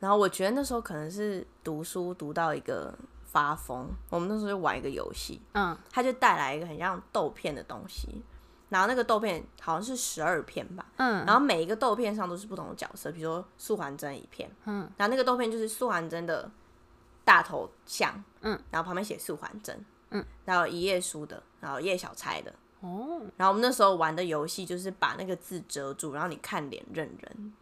然后我觉得那时候可能是读书读到一个发疯，我们那时候就玩一个游戏，
嗯
他就带来一个很像豆片的东西，然后那个豆片好像是十二片吧，
嗯
然后每一个豆片上都是不同的角色，比如说素还真一片，
嗯，
然后那个豆片就是素还真的大头像，
嗯，
然后旁边写素还真，
嗯，
然后一页书的，然后叶小钗的，
哦，
然后我们那时候玩的游戏就是把那个字遮住，然后你看脸认人，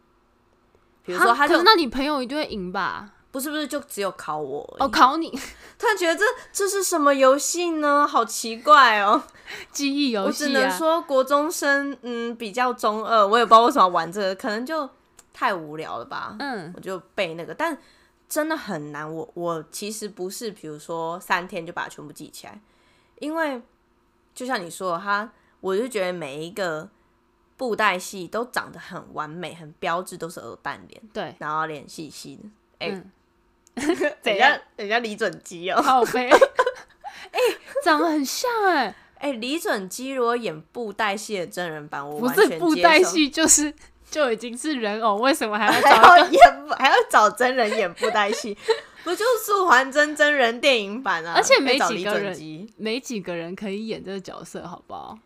比如说
哈
他
啊可
就是
那你朋友一定会赢吧？
不是不是就只有考我而已，
哦，考你
突然觉得这这是什么游戏呢？好奇怪哦！
记忆游
我
戏、啊，
只能说国中生，嗯，比较中二，我也不知道为什么玩这个，可能就太无聊了吧。
嗯
我就背那个，但真的很难。我我其实不是，比如说三天就把它全部记起来，因为就像你说的，它我就觉得每一个布袋戏都长得很完美，很标志，都是鹅蛋脸，
对，
然后脸细 细的。哎、
嗯，
等一下，等一下，李准基哦。
好呗， 哎、长得很像哎、
哎、李准基如果演布袋戏的真人版，我
不
完
是
全
布
接
袋
受，
戏就是就已经是人偶，为什么还 要
还
找
要演还要找真人演布袋戏，不就是素还真真人电影版啊？
而且没
要找
几
李
个
准
人
基
没几个人可以演这个角色，好不好？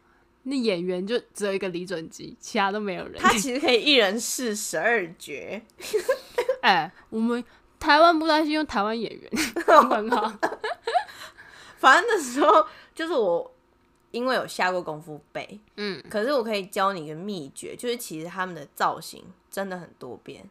那演员就只有一个李准基，其他都没有人。
他其实可以一人试十二绝，
哎、我们台湾布袋戏用台湾演 员很好，
反正那时候就是我因为有下过功夫背，
嗯，
可是我可以教你一个秘诀，就是其实他们的造型真的很多变，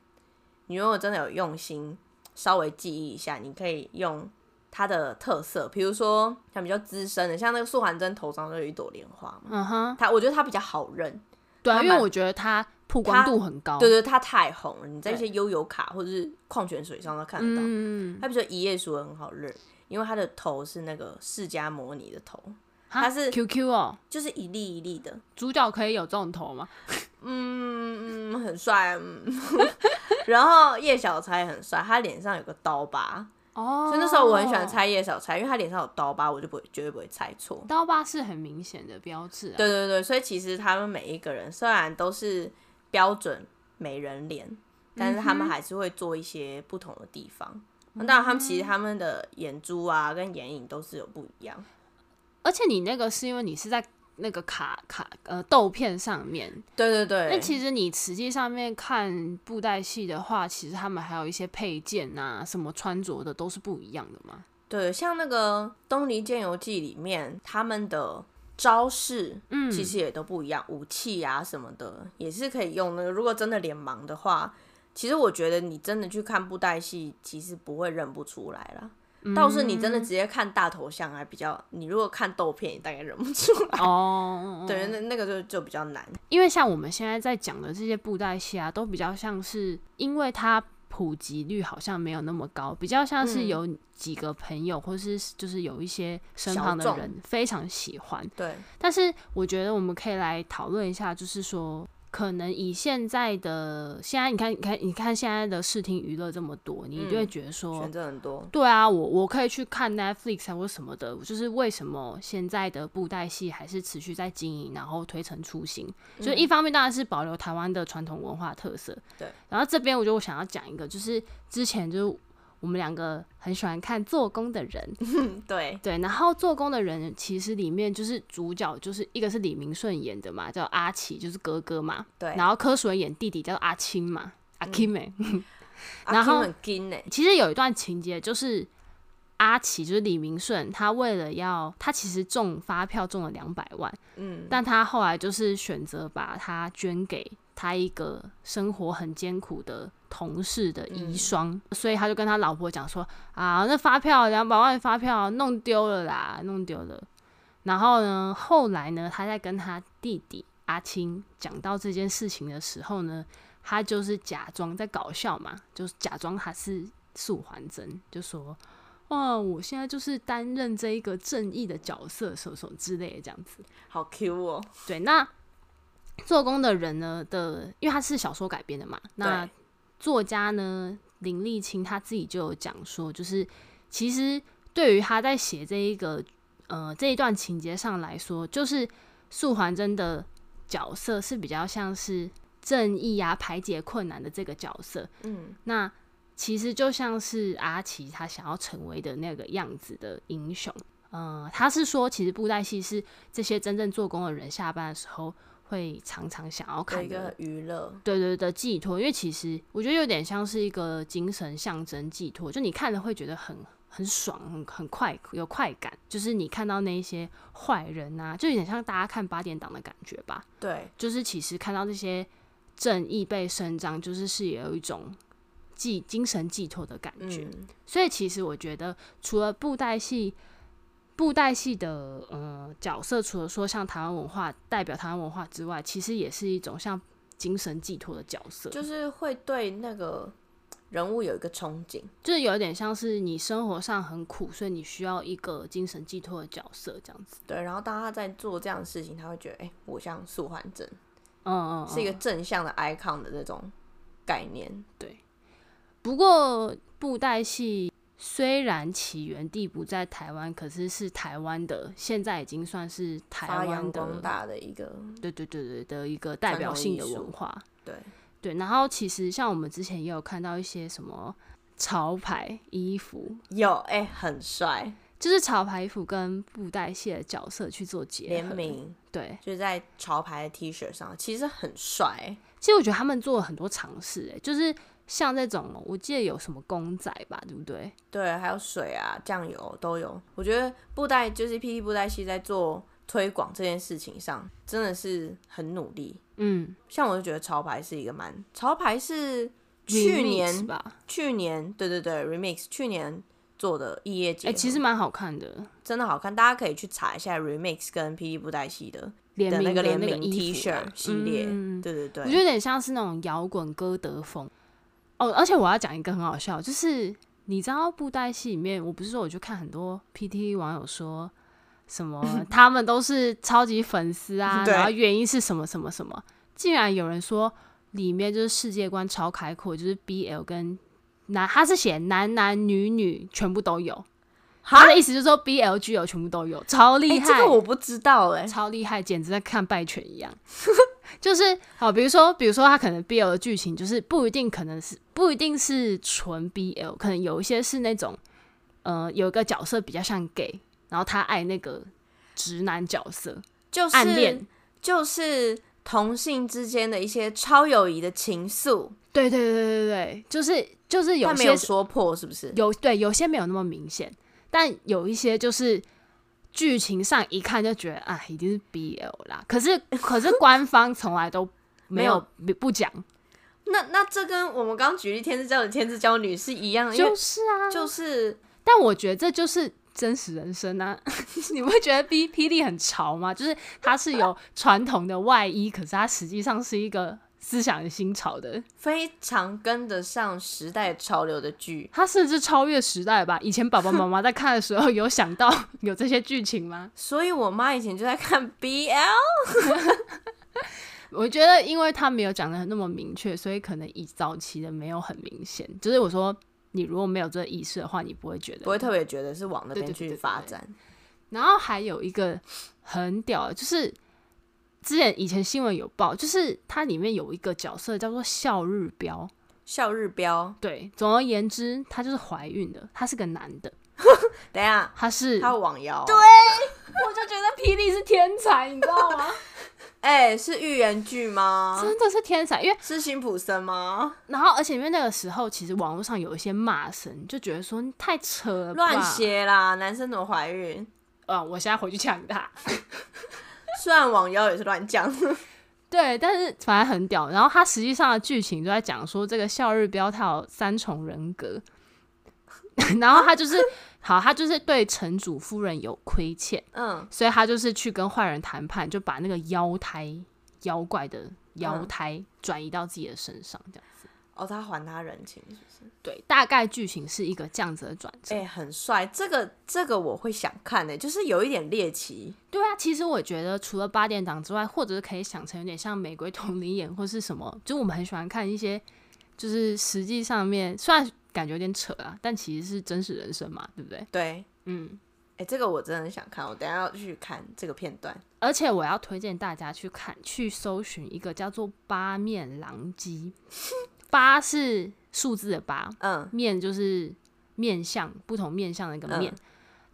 你如果真的有用心稍微记忆一下，你可以用它的特色，比如说像比较资深的，像那个素还真头上就有一朵莲花嘛，
嗯哼，
他我觉得他比较好认，
对啊，
他
因为
蛮
我觉得他曝光
他
度很高，
对对，他太红了，你在一些
对
悠游卡或者是矿泉水上都看得到。
嗯，
他比如说一页书很好认，因为他的头是那个释迦摩尼的头，
哈
他是
QQ 哦，
就是一粒一粒的，
主角可以有这种头吗？
嗯嗯，很帅，嗯。 然后叶小钗很帅，他脸上有个刀疤，
哦，
所以那时候我很喜欢猜叶小钗，因为他脸上有刀疤，我就不会绝对不会猜错。
刀疤是很明显的标志、啊。
对对对，所以其实他们每一个人虽然都是标准美人脸，但是他们还是会做一些不同的地方。那当然，他们其实他们的眼珠啊跟眼影都是有不一样。
而且你那个是因为你是在那个卡卡呃豆片上面，
对对对，
那其实你实际上面看布袋戏的话，其实他们还有一些配件啊，什么穿着的都是不一样的嘛。
对，像那个《东离剑游记》里面，他们的招式，
嗯
其实也都不一样，武器啊什么的也是可以用那个。如果真的脸盲的话，其实我觉得你真的去看布袋戏，其实不会认不出来啦。倒是你真
嗯
的直接看大头像还比较，你如果看豆片，你大概认不出来。
哦，
对，那那个就就比较难。
因为像我们现在在讲的这些布袋戏啊，都比较像是因为它普及率好像没有那么高，比较像是
嗯
有几个朋友、或是就是有一些身
小
旁的
众
人非常喜欢，
对，
但是我觉得我们可以来讨论一下，就是说，可能以现在的现在，你看，你看，你看现在的视听娱乐这么多，你一定会觉得说，
嗯选择很多。
对啊，我我可以去看 Netflix 啊或什么的，就是为什么现在的布袋戏还是持续在经营，然后推陈出新。所以一方面当然是保留台湾的传统文化特色，
嗯对。
然后这边我觉得我想要讲一个，就是之前就是我们两个很喜欢看做工的人，
嗯对，
对，然后做工的人其实里面就是主角，就是一个是李明顺演的嘛，叫阿奇，就是哥哥嘛。
对嗯
然后柯楚文演弟弟叫阿青嘛，阿 Kim、欸。
阿
然
啊 Kim
后
很金呢、
其实有一段情节就是阿奇，就是李明顺，他为了要他其实中发票中了两百万，
嗯，
但他后来就是选择把它捐给他一个生活很艰苦的同事的遗孀，所以他就跟他老婆讲说啊，那发票两百万发票弄丢了啦，弄丢了。然后呢，后来呢，他在跟他弟弟阿青讲到这件事情的时候呢，他就是假装在搞笑嘛，就是假装他是素还真，就说。哦，我现在就是担任这一个正义的角色，什么什么之类的这样子。
好 Q 哦，
对，那做工的人呢的，因为他是小说改编的嘛，那
对
作家呢林立清他自己就有讲说，就是其实对于他在写这一个呃这一段情节上来说，就是素还真的角色是比较像是正义啊排解困难的这个角色，
嗯，
那其实就像是阿奇他想要成为的那个样子的英雄。嗯、他是说，其实布袋戏是这些真正做工的人下班的时候会常常想要
有
看
一
的
个娱乐，
对对对的寄托，因为其实我觉得有点像是一个精神象征寄托，就你看了会觉得很很爽，很很快有快感，就是你看到那一些坏人啊，就有点像大家看八点档的感觉吧。
对，
就是其实看到这些正义被伸张，就是是有一种寄精神寄托的感觉。
嗯，
所以其实我觉得，除了布袋戏，布袋戏的呃角色，除了说像台湾文化代表台湾文化之外，其实也是一种像精神寄托的角色，就
就是会对那个人物有一个憧憬，
就是有点像是你生活上很苦，所以你需要一个精神寄托的角色这样子。
对，然后当他在做这样的事情，他会觉得，哎、我像素还真，
嗯嗯，嗯
是一个正向的 icon 的那种概念，
不过布袋戏虽然起源地不在台湾，可是是台湾的，现在已经算是
发
台
扬
湾
光
的，
大的一个，
对对对对的一个代表性的文化。
对，
对，然后其实像我们之前也有看到一些什么潮牌衣服，
有，哎、很帅，
就是潮牌衣服跟布袋戏的角色去做结合
联。名
对，
就是在潮牌的 T 恤上，其实很帅、哎
其实我觉得他们做了很多尝试，哎，就是像这种，我记得有什么公仔吧，对不对？
对，还有水啊、酱油都有。我觉得布袋就是 PT 布袋戏在做推广这件事情上，真的是很努力。
嗯，
像我就觉得潮牌是一个蛮，潮牌是去
Remix
年
吧，
去年对对对 remix 去年做的异业结
哎、
合，
其实蛮好看的。
真的好看，大家可以去查一下 remix 跟 PT 布袋戏的
联
的
名
那个联
那个
名
衣
T
服啊
恤系列。
嗯
对对对，
我觉得有点像是那种摇滚歌德风哦。而且我要讲一个很好笑，就是你知道布袋戏里面，我不是说我就看很多 PT 网友说什么他们都是超级粉丝啊，
对
然后原因是什么什么什么，竟然有人说里面就是世界观超开阔，就是 BL 跟男，他是写男男女女全部都有，他
哈
的意思就是说 BL GL 全部都有，超厉
哎、
害、
这个我不知道哎、
超厉害，简直在看拜犬一样。 就是好，比如说，比如说，他可能 BL 的剧情就是不一定，可能是不一定是纯 BL，可能有一些是那种，呃，有一个角色比较像 gay，然后他爱那个直男角色，
哦就是
暗恋，
就是同性之间的一些超友谊的情愫，
对对对对对，就是就是有
他没
些
有
是
说破，是不是？
有对有些没有那么明显，但有一些就是剧情上一看就觉得啊，一定是 BL 啦。可是 可是官方从来都没有不不讲，
那那这跟我们刚举例天之骄女、天之骄女是一样嗯的，因为
就是啊，
就是
但我觉得这就是真实人生啊！ 你不觉得 B 霹雳很潮吗？就是它是有传统的外衣，可是它实际上是一个思想新潮的，
非常跟得上时代潮流的剧。
它甚至超越时代吧。以前爸爸妈妈在看的时候，有想到有这些剧情吗？
所以我妈以前就在看 BL，
我觉得，因为他没有讲的那么明确，所以可能以早期的没有很明显。就是我说，你如果没有这个意识的话，你不会觉得
不会特别觉得是往那
对
边
对对
去
对
发
对
展。
然后还有一个很屌的，就是之前以前新闻有报，就是它里面有一个角色叫做夏日标。
校日标，
对，总而言之，她就是怀孕的，她是个男的，
等一下，
他是
她有网啊谣，对，
我就觉得霹雳是天才，你知道吗？
哎、是预言剧吗？
真的是天才，因为
是辛普森吗？
然后而且因为那个时候，其实网络上有一些骂声，就觉得说你太扯了吧，
乱写啦，男生怎么怀孕？
啊！我现在回去抢他。
虽然网谣也是乱讲，
对，但是反正很屌。然后它实际上的剧情就在讲说，这个向日标它有三重人格， 然后他就是好，他就是对城主夫人有亏欠，
嗯，
所以他就是去跟坏人谈判，就把那个妖胎妖怪的妖
嗯
胎转移到自己的身上，这样子。
哦，他还他人情是不是？
对，大概剧情是一个这样子的转折。
哎、很帅，这个这个我会想看的、就是有一点猎奇。
对啊，其实我觉得除了八点档之外，或者是可以想成有点像《玫瑰同林演》或是什么，就我们很喜欢看一些，就是实际上面虽然感觉有点扯啊，但其实是真实人生嘛，对不对？
对，
嗯，
哎、这个我真的很想看，我等一下要去看这个片段。
而且我要推荐大家去看，去搜寻一个叫做“八面狼藉”，八是数字的八，
嗯，
面就是面相不同面相的一个面，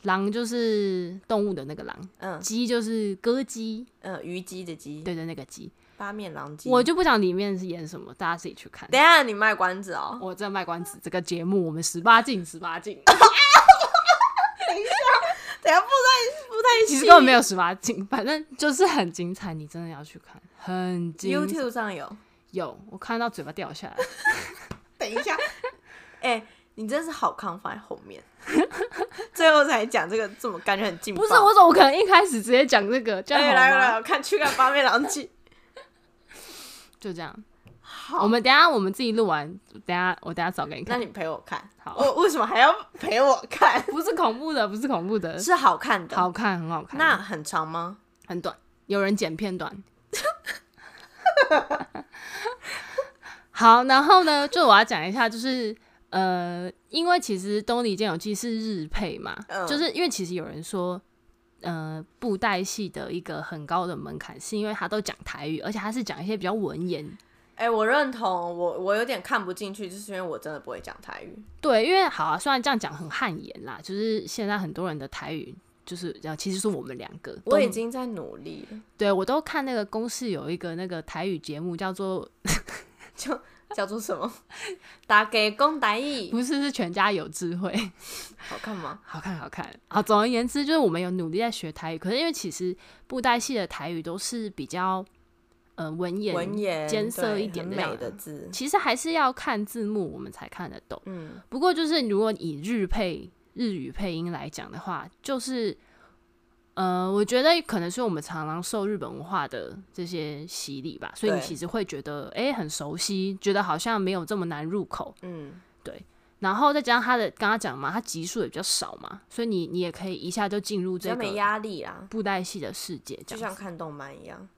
狼就是动物的那个狼，
嗯
鸡就是歌鸡，
嗯，虞姬的姬，
对对，那个鸡。
八面狼藉。
我就不讲里面是演什么，大家自己去看。
等一下你卖关子 哦。
我这卖关子，这个节目我们十八禁，十八 禁，
等一下不太不太
其实
行
根本没有十八禁，反正就是很精彩，你真的要去看，很精彩。
YouTube 上有。
有，我看到嘴巴掉下来。
等一下， 哎、你真是好康放在后面， 最后才讲这个，这么感觉很劲爆。
不是，我怎么可能一开始直接讲这个？这样
哎、
好
来
吗
来，我看去看八面狼 藉。
就这样。
好
我们等一下我们自己录完，等一下我等一下找给你
那
看。
你陪我看，
好
我为什么还要陪我看？
不是恐怖的，不是恐怖的，
是好看的，
好看，很好看。
那很长吗？
很短，有人剪片段。 好，然后呢，就我要讲一下，就是呃，因为其实《东篱剑游记》是日配嘛，
嗯
就是因为其实有人说，呃，布袋戏的一个很高的门槛，是因为他都讲台语，而且他是讲一些比较文言。
哎、我认同，我我有点看不进去，就是因为我真的不会讲台语。
对，因为好啊，虽然这样讲很汗颜啦，就是现在很多人的台语。就是，呃其实是我们两个，
我
都
已经在努力了，
对我都看那个公视有一个那个台语节目，叫做
叫做什么？ 打给公台语，
不是是全家有智慧，
好看吗？
好看，好看。好，总而言之，就是我们有努力在学台语，可是因为其实布袋戏的台语都是比较呃文言，
文言
艰涩
对
一点
很
的
美
样
的
子
字，
其实还是要看字幕我们才看得懂。
嗯，
不过就是如果以日配日语配音来讲的话，就是呃，我觉得可能是我们常常受日本文化的这些洗礼吧，所以你
对
其实会觉得诶很熟悉，觉得好像没有这么难入口。
嗯，
然后再加上他的刚刚讲嘛，他集数也比较少嘛，所以你你也可以一下就进入
比
这
较没
个
压力啦，
布袋戏的世界这
就
样
像
子。
看动漫一样。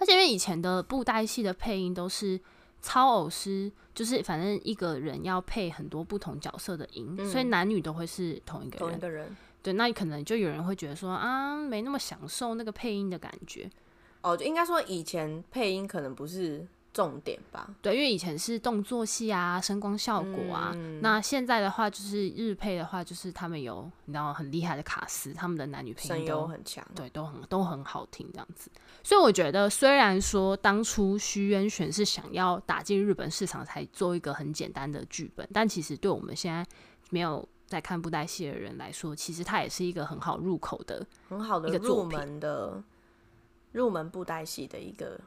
而且因为以前的布袋戏的配音都是超偶师，就是反正一个人要配很多不同角色的音，
嗯
所以男女都会是同一个
同一
人。
个人
对，那可能就有人会觉得说啊，没那么享受那个配音的感觉。
哦，就应该说以前配音可能不是重点吧，
对，因为以前是动作戏啊、声光效果啊，
嗯
那现在的话就是日配的话，就是他们有你知道很厉害的卡司，他们的男女配
声
音都
优很强。
对，都很都很好听这样子。所以我觉得，虽然说当初徐渊玄是想要打进日本市场才做一个很简单的剧本，但其实对我们现在没有在看布袋戏的人来说，其实它也是一个很好入口的。
很好的
一个作
入
品
门的入门布袋戏的一个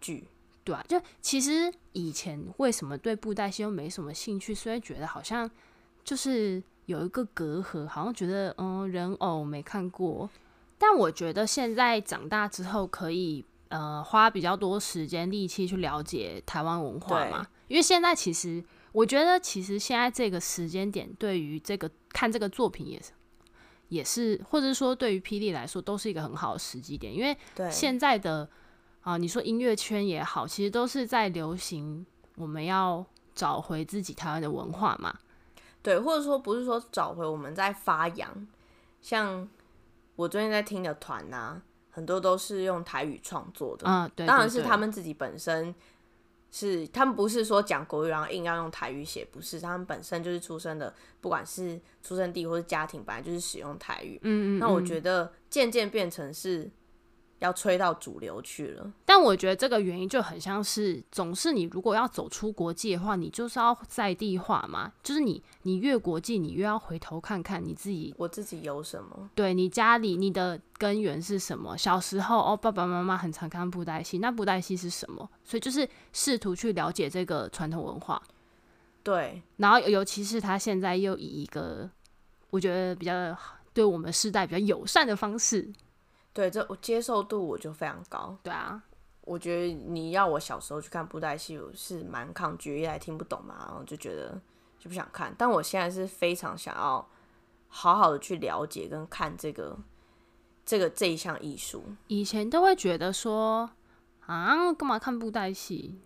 剧。
对啊，就其实以前为什么对布袋戏又没什么兴趣，所以觉得好像就是有一个隔阂，好像觉得嗯人偶没看过。但我觉得现在长大之后，可以呃花比较多时间力气去了解台湾文化嘛，因为现在其实我觉得其实现在这个时间点，对于这个看这个作品也是。也是，或者说对于霹雳来说，都是一个很好的时机点，因为
对，
现在的啊、你说音乐圈也好，其实都是在流行我们要找回自己台湾的文化嘛。
对，或者说不是说找回我们在发扬，像我最近在听的团啊，很多都是用台语创作的。
啊，对，
当
对
然是
对
他们自己本身是，他们不是说讲国语然后硬要用台语写，不是，他们本身就是出生的，不管是出生地或是家庭，本来就是使用台语。
嗯嗯，
那我
得
觉得渐渐变成是要吹到主流去了。
但我觉得这个原因就很像是，总是你如果要走出国际的话，你就是要在地化嘛，就是你你越国际，你越要回头看看你自己，
我自己有什么？
对你家里你的根源是什么？小时候哦，爸爸妈妈很常看布袋戏，那布袋戏是什么？所以就是试图去了解这个传统文化，
对，
然后尤其是他现在又以一个我觉得比较对我们世代比较友善的方式，
对，这我接受度我就非常高。
对啊，
我觉得你要我小时候去看布袋戏，我是蛮抗拒，一来听不懂嘛，然后就觉得就不想看。但我现在是非常想要好好的去了解跟看这个这个这一项艺术，
以前都会觉得说啊，干嘛看布袋戏？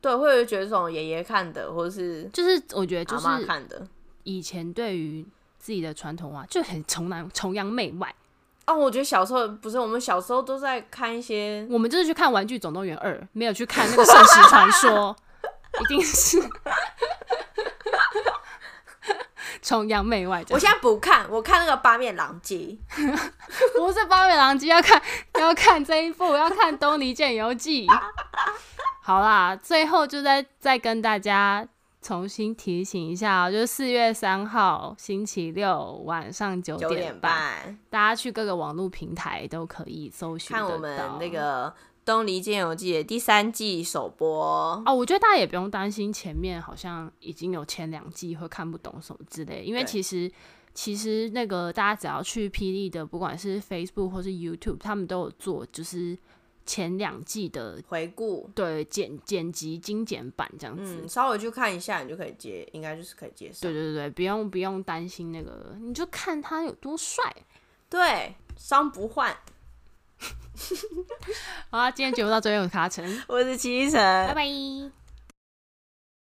对，会有觉得这种爷爷看的，或者是
就是我觉得就
阿妈
是
看的。
以前对于自己的传统啊，就很崇洋崇洋媚外。
哦，我觉得小时候不是我们小时候都在看一些
我们就是去看《玩具总动员二》，没有去看那个《圣石传说》，一定是 崇洋媚外这
我
样。
现在不看，我看那个八面狼藉。
不是八面狼藉，要看要看这一部，要看《东尼剑游 记》。好啦，最后就再再跟大家重新提醒一下、哦，就是四月三号星期六晚上九
九点半，
大家去各个网络平台都可以搜寻
看
得
我们
到
那个《东离剑游记》的第三季首播。
哦，我觉得大家也不用担心前面好像已经有前两季会看不懂什么之类，因为
对
其实其实那个大家只要去霹雳的，不管是 Facebook 或是 YouTube，他们都有做就是前两季的
回顾，
对剪剪辑精简版这样子。
嗯，稍微去看一下，你就可以接，应该就是可以接受。
对对对，不用不用担心那个，你就看他有多帅。
对，伤不换。
好啊，今天节目到这边，我是卡晨，
我是七成，
拜拜。